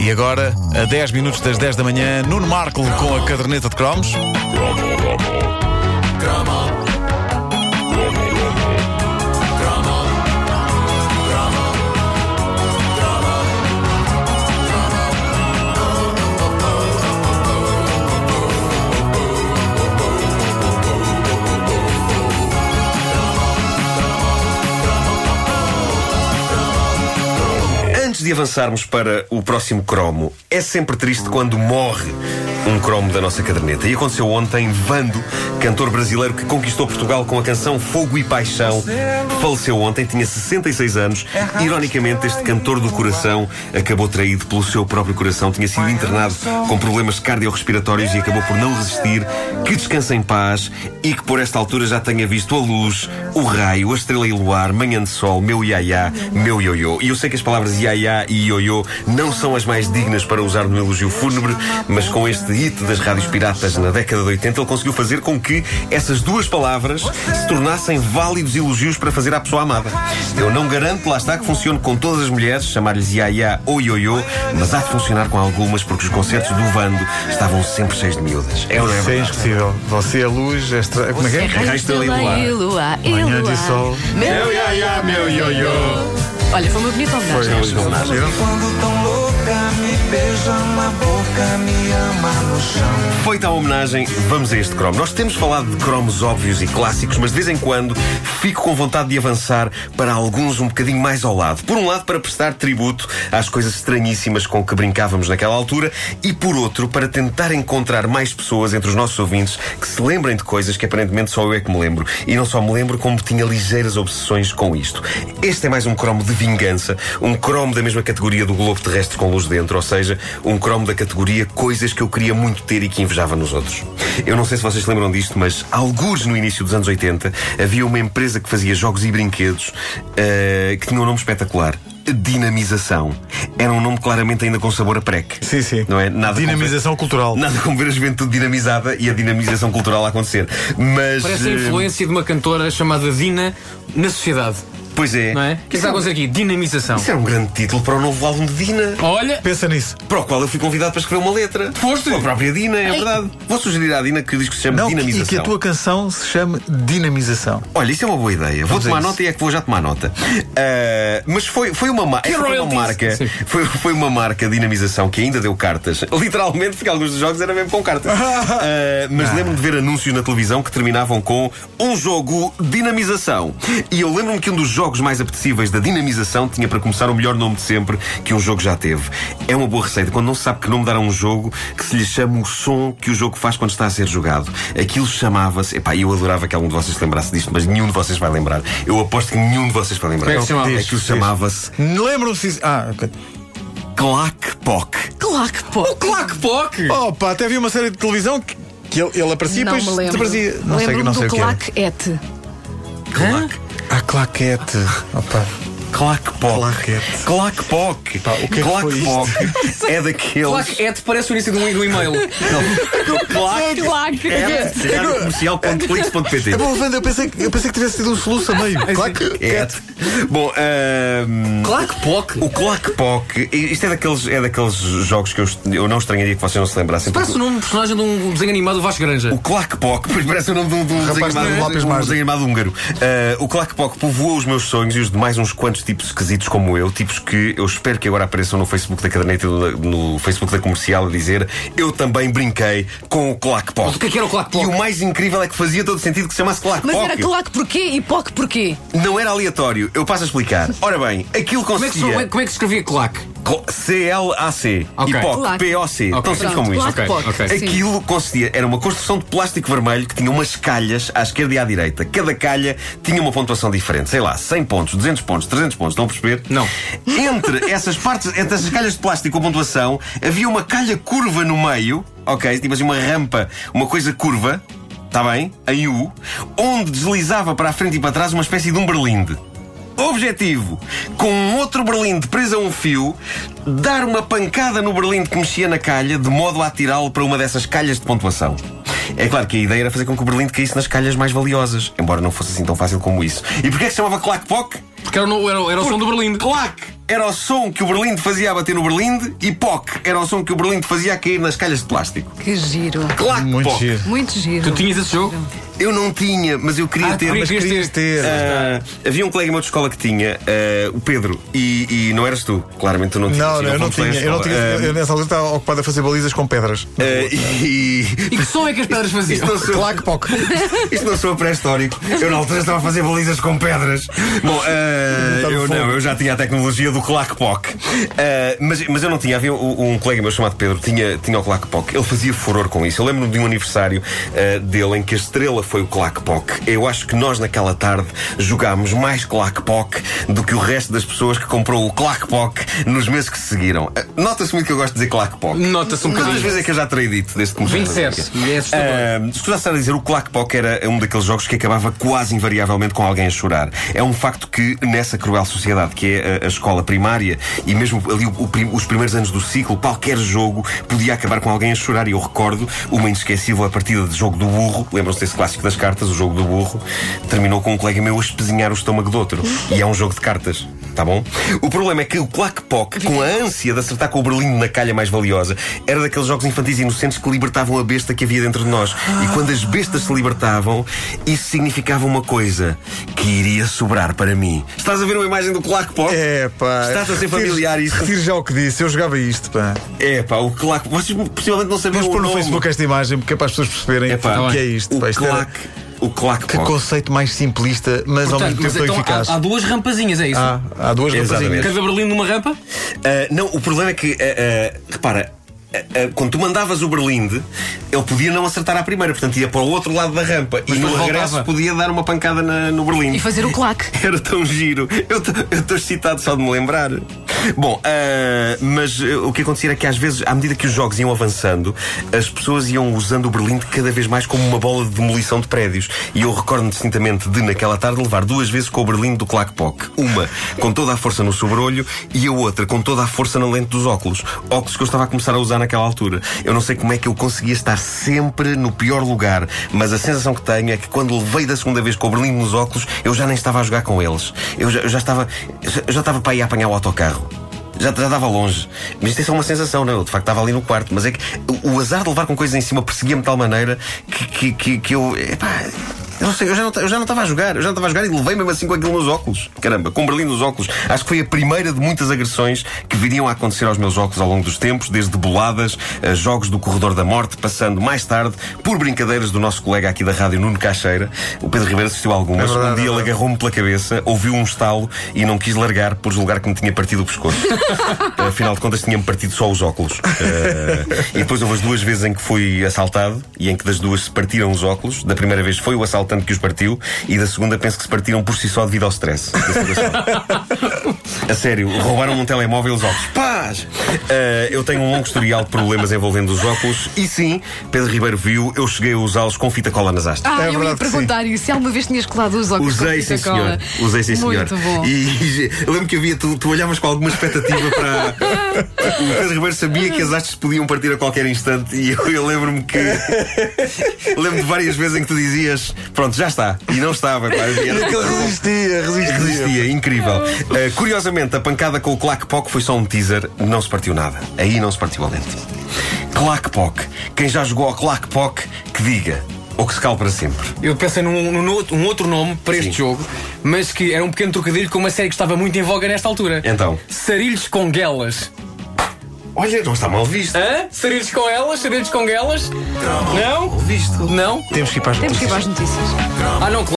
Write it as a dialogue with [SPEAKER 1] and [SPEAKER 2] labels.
[SPEAKER 1] E agora, a 10 minutos das 10 da manhã, Nuno Marco com a caderneta de cromos.
[SPEAKER 2] Antes de avançarmos para o próximo cromo, é sempre triste quando morre um cromo da nossa caderneta. E aconteceu ontem, Vando, cantor brasileiro que conquistou Portugal com a canção Fogo e Paixão, faleceu ontem, tinha 66 anos. Ironicamente, este cantor do coração acabou traído pelo seu próprio coração, tinha sido internado com problemas cardiorrespiratórios e acabou por não resistir. Que descanse em paz e que por esta altura já tenha visto a luz, o raio, a estrela e o luar, manhã de sol, meu iaiá, meu ioiô. E eu sei que as palavras iaiá e ioiô não são as mais dignas para usar no elogio fúnebre, mas com este hit das rádios piratas na década de 80, ele conseguiu fazer com que essas duas palavras se tornassem válidos elogios para fazer à pessoa amada. Eu não garanto, lá está, que funcione com todas as mulheres, chamar-lhes iaiá ou ioiô, mas há de funcionar com algumas porque os concertos do Vando estavam sempre cheios de miúdas. É ou não é
[SPEAKER 3] Isso é
[SPEAKER 2] verdade?
[SPEAKER 3] impossível. Você é luz, é estra... como é que é?
[SPEAKER 2] Raio, estrela e luar.
[SPEAKER 4] e lua, e
[SPEAKER 3] Manhã
[SPEAKER 4] lua.
[SPEAKER 3] de sol.
[SPEAKER 4] Meu
[SPEAKER 2] iaiá, meu ioiô.
[SPEAKER 4] Olha, foi uma bonita homenagem.
[SPEAKER 2] Foi uma homenagem.
[SPEAKER 5] Quando tão louca, me beija na boca, me ama no chão.
[SPEAKER 2] Feita a homenagem, vamos a este cromo. Nós temos falado de cromos óbvios e clássicos, mas de vez em quando fico com vontade de avançar para alguns um bocadinho mais ao lado. Por um lado, para prestar tributo às coisas estranhíssimas com que brincávamos naquela altura, e por outro, para tentar encontrar mais pessoas entre os nossos ouvintes que se lembrem de coisas que aparentemente só eu é que me lembro. E não só me lembro, como tinha ligeiras obsessões com isto. Este é mais um cromo de vingança, um cromo da mesma categoria do globo terrestre com luz dentro, ou seja, um cromo da categoria coisas que eu queria muito ter e que invejava nos outros. Eu não sei se vocês se lembram disto, mas alguns no início dos anos 80 havia uma empresa que fazia jogos e brinquedos eh, que tinha um nome espetacular. Dinamização. Era um nome claramente ainda com sabor a PREC.
[SPEAKER 3] Sim, sim.
[SPEAKER 2] Não é? Nada com-
[SPEAKER 3] Dinamização cultural.
[SPEAKER 2] Nada como ver a juventude dinamizada e a dinamização cultural a acontecer. Mas.
[SPEAKER 6] Parece a
[SPEAKER 2] eh,
[SPEAKER 6] influência de uma cantora chamada Dina na sociedade,
[SPEAKER 2] Pois é.
[SPEAKER 6] não é? O que é que está a acontecer aqui? Dinamização.
[SPEAKER 2] Isso era um grande título para o novo álbum de Dina,
[SPEAKER 6] Olha,
[SPEAKER 3] Pensa nisso.
[SPEAKER 2] para o qual eu fui convidado para escrever uma letra.
[SPEAKER 6] Foste?
[SPEAKER 2] Com a própria Dina, é verdade. Vou sugerir à Dina que o disco se chama
[SPEAKER 3] Não,
[SPEAKER 2] Dinamização.
[SPEAKER 3] e que a tua canção se chame Dinamização.
[SPEAKER 2] Olha, isso é uma boa ideia. Vou
[SPEAKER 3] Vamos a
[SPEAKER 2] tomar
[SPEAKER 3] isso.
[SPEAKER 2] nota e é que vou já tomar nota. Ah, mas foi, foi uma, ma- essa foi uma
[SPEAKER 6] royalties?
[SPEAKER 2] marca.
[SPEAKER 6] Sim.
[SPEAKER 2] Foi, foi uma marca de dinamização que ainda deu cartas. Literalmente, porque alguns dos jogos eram mesmo com cartas. Ah, mas lembro-me de ver anúncios na televisão que terminavam com um jogo dinamização. E eu lembro-me que um dos jogos mais apetecíveis da dinamização tinha para começar o melhor nome de sempre que um jogo já teve. É uma boa receita quando não se sabe que nome dar a um jogo que se lhe chama o som que o jogo faz quando está a ser jogado. Aquilo chamava-se. Epá, eu adorava que algum de vocês se lembrasse disto, mas nenhum de vocês vai lembrar. Eu aposto que nenhum de vocês vai lembrar.
[SPEAKER 6] Como é que se chamava?
[SPEAKER 2] Aquilo chamava-se
[SPEAKER 3] Lembram-se. Ah, ok.
[SPEAKER 2] Clac-Poc.
[SPEAKER 4] Claro que pô.
[SPEAKER 6] o clac poc
[SPEAKER 2] Hum.
[SPEAKER 3] Opa, até havia uma série de televisão que, que ele, ele aparecia e
[SPEAKER 4] Não
[SPEAKER 3] depois
[SPEAKER 4] me lembro.
[SPEAKER 3] desaparecia. Não sei,
[SPEAKER 4] Lembro-me
[SPEAKER 3] não sei
[SPEAKER 4] do
[SPEAKER 3] o que é. era.
[SPEAKER 4] claquete.
[SPEAKER 2] Clac.
[SPEAKER 3] Ah, claquete. Opa.
[SPEAKER 2] Clac-Poc.
[SPEAKER 3] Claquete.
[SPEAKER 2] Clac-Poc.
[SPEAKER 3] Pá, o que é que foi
[SPEAKER 2] Clac-Poc. É daqueles.
[SPEAKER 6] Claquete parece o início de um de um e-mail.
[SPEAKER 2] Clac. É
[SPEAKER 4] Claquete.
[SPEAKER 2] comercial.flix.pt
[SPEAKER 3] É bom, Wanda, eu pensei, que- eu pensei que tivesse tido um soluço a meio.
[SPEAKER 2] É.
[SPEAKER 3] Claquete.
[SPEAKER 2] Bom, ahm,
[SPEAKER 6] Clac poc
[SPEAKER 2] o Clac Poc, isto é daqueles, é daqueles jogos que eu, est- eu não estranharia que vocês não se lembrassem.
[SPEAKER 6] Parece o
[SPEAKER 2] porque
[SPEAKER 6] nome de um personagem de um desenho animado do Vasco Granja.
[SPEAKER 2] O Clac Poc, pois parece o nome de um, de um
[SPEAKER 3] Rapaz
[SPEAKER 2] desenho
[SPEAKER 3] de
[SPEAKER 2] animado-
[SPEAKER 3] lápis
[SPEAKER 2] um
[SPEAKER 3] mágico.
[SPEAKER 2] desenho animado húngaro. Ah, o Clac Poc povoou os meus sonhos e os de mais uns quantos tipos esquisitos como eu, tipos que eu espero que agora apareçam no Facebook da caderneta, e no no Facebook da comercial, a dizer eu também brinquei com o Clac Poc.
[SPEAKER 6] Mas o que é que era o Clac
[SPEAKER 2] E
[SPEAKER 6] Poc?
[SPEAKER 2] o mais incrível é que fazia todo sentido que se chamasse Clac
[SPEAKER 4] Mas
[SPEAKER 2] Poc.
[SPEAKER 4] era claque porquê e poc porquê?
[SPEAKER 2] Não era aleatório, eu passo a explicar. Ora bem, aquilo
[SPEAKER 6] Como é que se, como é-
[SPEAKER 2] consistia.
[SPEAKER 6] como é que se escrevia clac?
[SPEAKER 2] Co- CLAC e
[SPEAKER 6] Ok.
[SPEAKER 2] POC,
[SPEAKER 4] Claro.
[SPEAKER 2] POC,
[SPEAKER 6] Ok.
[SPEAKER 2] tão simples
[SPEAKER 4] Pronto,
[SPEAKER 2] como isso.
[SPEAKER 4] claque
[SPEAKER 6] ok,
[SPEAKER 4] poc.
[SPEAKER 6] ok.
[SPEAKER 4] Sim.
[SPEAKER 2] Aquilo consistia, era uma construção de plástico vermelho que tinha umas calhas à esquerda e à direita. Cada calha tinha uma pontuação diferente, sei lá, 100 pontos, 200 pontos, 300 pontos, estão a perceber?
[SPEAKER 6] Não.
[SPEAKER 2] Entre essas partes, entre essas calhas de plástico com pontuação, havia uma calha curva no meio, ok? Tipo assim, uma rampa, uma coisa curva, está bem? Em U, onde deslizava para a frente e para trás uma espécie de um berlinde. Objetivo: com um outro berlinde preso a um fio, dar uma pancada no berlinde que mexia na calha, de modo a atirá-lo para uma dessas calhas de pontuação. É claro que a ideia era fazer com que o berlinde caísse nas calhas mais valiosas, embora não fosse assim tão fácil como isso. E porquê é que se chamava Clack Pock?
[SPEAKER 6] Porque era o, no- era o- era o som do Berlim.
[SPEAKER 2] Clack! era o som que o Berlinde fazia a bater no Berlinde e POC era o som que o Berlinde fazia a cair nas calhas de plástico.
[SPEAKER 4] Que giro.
[SPEAKER 2] Clac,
[SPEAKER 1] Muito
[SPEAKER 2] POC.
[SPEAKER 1] giro.
[SPEAKER 4] Muito giro.
[SPEAKER 6] Tu tinhas esse jogo?
[SPEAKER 2] Eu não tinha, mas eu queria
[SPEAKER 6] Ah,
[SPEAKER 2] ter.
[SPEAKER 6] queria-
[SPEAKER 2] mas-
[SPEAKER 6] queria-
[SPEAKER 3] Querias ter.
[SPEAKER 2] Ah, havia um colega meu de escola que tinha, ah, o Pedro, e, e não eras tu. Claramente tu não tinhas.
[SPEAKER 3] Não,
[SPEAKER 2] e
[SPEAKER 3] não, eu não
[SPEAKER 2] fomos lá em
[SPEAKER 3] tinha. Eu, não tinha
[SPEAKER 2] escola. Ah,
[SPEAKER 3] eu nessa altura estava ocupado a fazer balizas com pedras.
[SPEAKER 2] ah, e-
[SPEAKER 6] E que som é que as pedras faziam?
[SPEAKER 2] Isto não sou,
[SPEAKER 3] Clac, poc.
[SPEAKER 2] isto não sou pré-histórico. Eu na altura estava a fazer balizas com pedras. Bom, ah,
[SPEAKER 3] Estava
[SPEAKER 2] eu
[SPEAKER 3] fogo.
[SPEAKER 2] não, eu já tinha a tecnologia do clac-poc. Ah, mas, mas eu não tinha. Havia um, um colega meu chamado Pedro, tinha, tinha o clac-poc. Ele fazia furor com isso. Eu lembro-me de um aniversário ah, dele em que a estrela foi o clac-poc. Eu acho que nós naquela tarde jogámos mais clac-poc do que o resto das pessoas que comprou o clac-poc nos meses que seguiram. Ah, Nota-se muito que eu gosto de dizer clac-poc.
[SPEAKER 6] Nota-se um
[SPEAKER 2] Quantas
[SPEAKER 6] bocadinho.
[SPEAKER 2] vezes é que eu já terei dito desde que comecei? a fazer
[SPEAKER 6] 27.
[SPEAKER 2] aqui?
[SPEAKER 6] E é assustador.
[SPEAKER 2] Ah, escusasse estar a dizer, o Clack Pock era um daqueles jogos que acabava quase invariavelmente com alguém a chorar. É um facto que, nessa cruel sociedade que é a, a escola primária e mesmo ali o- o prim- os primeiros anos do ciclo, qualquer jogo podia acabar com alguém a chorar. E eu recordo uma inesquecível a partida de jogo do burro. Lembram-se desse clássico das cartas, o jogo do burro. Terminou com um colega meu a espezinhar o estômago do outro. E é um jogo de cartas. Tá bom? O problema é que o Clack Pock, com a ânsia de acertar com o berlinde na calha mais valiosa, era daqueles jogos infantis inocentes que libertavam a besta que havia dentro de nós.
[SPEAKER 3] Ah.
[SPEAKER 2] E quando as bestas se libertavam, isso significava uma coisa que iria sobrar para mim. Estás a ver uma imagem do Clack Pock?
[SPEAKER 3] É, pá.
[SPEAKER 2] Estás a ser familiar isso?
[SPEAKER 3] Retiro já o que disse. Eu jogava isto, pá.
[SPEAKER 2] É pá, o Clack Vocês possivelmente não sabiam
[SPEAKER 3] Vamos
[SPEAKER 2] o
[SPEAKER 3] pôr no
[SPEAKER 2] nome.
[SPEAKER 3] Facebook esta imagem, porque é para as pessoas perceberem
[SPEAKER 2] É pá,
[SPEAKER 3] o que é
[SPEAKER 2] O
[SPEAKER 3] isto. pá. Isto era-
[SPEAKER 2] Clack, o Clack
[SPEAKER 3] Que
[SPEAKER 2] Pock.
[SPEAKER 3] conceito mais simplista, mas ao mesmo
[SPEAKER 6] Portanto,
[SPEAKER 3] tempo
[SPEAKER 6] mas
[SPEAKER 3] tão
[SPEAKER 6] então
[SPEAKER 3] eficaz. Ah,
[SPEAKER 6] há, há duas rampazinhas, é isso?
[SPEAKER 3] Há, há duas
[SPEAKER 2] Exatamente.
[SPEAKER 3] rapazinhas.
[SPEAKER 6] Cada berlim numa rampa?
[SPEAKER 2] Ah, não, o problema é que, ah, ah, repara, ah, ah, quando tu mandavas o Berlinde, ele podia não acertar à primeira, portanto ia para o outro lado da rampa e no
[SPEAKER 6] depois
[SPEAKER 2] regresso
[SPEAKER 6] voltava.
[SPEAKER 2] podia dar uma pancada na- no Berlinde.
[SPEAKER 4] E fazer o claque.
[SPEAKER 2] Era tão giro. Eu estou excitado só de me lembrar. Bom, ah, mas ah, o que acontecia era que às vezes, à medida que os jogos iam avançando, as pessoas iam usando o Berlinde cada vez mais como uma bola de demolição de prédios. E eu recordo-me distintamente de, naquela tarde, levar duas vezes com o Berlinde do Clack Pock. Uma com toda a força no sobrolho e a outra com toda a força na lente dos óculos. Óculos que eu estava a começar a usar naquela altura. Eu não sei como é que eu conseguia estar sempre no pior lugar, mas a sensação que tenho é que quando levei da segunda vez com o Berlim nos óculos, eu já nem estava a jogar com eles. Eu já, eu já estava. Eu já estava para ir apanhar o autocarro. Já, já estava longe. Mas isto é só uma sensação, não? Eu de facto estava ali no quarto. Mas é que o, o azar de levar com coisas em cima perseguia-me de tal maneira que, que, que, que eu. epá, eu não sei, eu já não, ta- eu já não estava a jogar, eu já não estava a jogar e levei mesmo assim com aquilo nos óculos. Caramba, com um Berlim nos óculos. Acho que foi a primeira de muitas agressões que viriam a acontecer aos meus óculos ao longo dos tempos, desde boladas a jogos do corredor da morte, passando mais tarde por brincadeiras do nosso colega aqui da rádio, Nuno Caixeira. O Pedro Ribeiro assistiu a algumas.
[SPEAKER 3] É verdade,
[SPEAKER 2] um dia
[SPEAKER 3] é
[SPEAKER 2] ele
[SPEAKER 3] verdade.
[SPEAKER 2] agarrou-me pela cabeça, ouviu um estalo e não quis largar por julgar que me tinha partido o pescoço. Afinal de contas, tinha-me partido só os óculos. Eh, e depois houve as duas vezes em que fui assaltado e em que das duas se partiram os óculos. Da primeira vez foi o assaltante que os partiu e da segunda penso que se partiram por si só devido ao stress. da situação. A sério, roubaram-me um telemóvel e os óculos. Paz! Eh, eu tenho um longo historial de problemas envolvendo os óculos e sim, Pedro Ribeiro viu, eu cheguei a usá-los com fita cola nas hastas.
[SPEAKER 4] Ah,
[SPEAKER 3] É
[SPEAKER 4] eu ia
[SPEAKER 3] verdade que
[SPEAKER 4] perguntar isso. Se alguma vez tinhas colado os óculos
[SPEAKER 2] Usei,
[SPEAKER 4] com
[SPEAKER 2] sim,
[SPEAKER 4] fita cola.
[SPEAKER 2] senhor. Usei, sim, senhor.
[SPEAKER 4] Muito bom.
[SPEAKER 2] E, e eu lembro que havia, tu, tu olhavas com alguma expectativa para. o Pedro Ribeiro sabia que as hastes podiam partir a qualquer instante e eu, eu lembro-me que. lembro-me de várias vezes em que tu dizias: Pronto, já está. E não estava, quase. E era-
[SPEAKER 3] Ele resistia, resistia.
[SPEAKER 2] Resistia, incrível. Uh, curiosamente, a pancada com o Clack Pock foi só um teaser, não se partiu nada. Aí não se partiu a lente. Clack Pock. Quem já jogou ao Clack Pock, que diga. Ou que se cale para sempre.
[SPEAKER 6] Eu pensei num, num outro- um outro nome para este jogo, mas que era um pequeno trocadilho com uma série que estava muito em voga nesta altura.
[SPEAKER 2] Então.
[SPEAKER 6] Sarilhos com guelas.
[SPEAKER 2] Olha, não está mal visto.
[SPEAKER 6] Hã? Sarilhos com elas? Sarilhos com guelas? Não?
[SPEAKER 2] Visto.
[SPEAKER 6] Não?
[SPEAKER 3] Temos que ir para as
[SPEAKER 4] Temos que ir para as notícias.
[SPEAKER 6] Ah, não,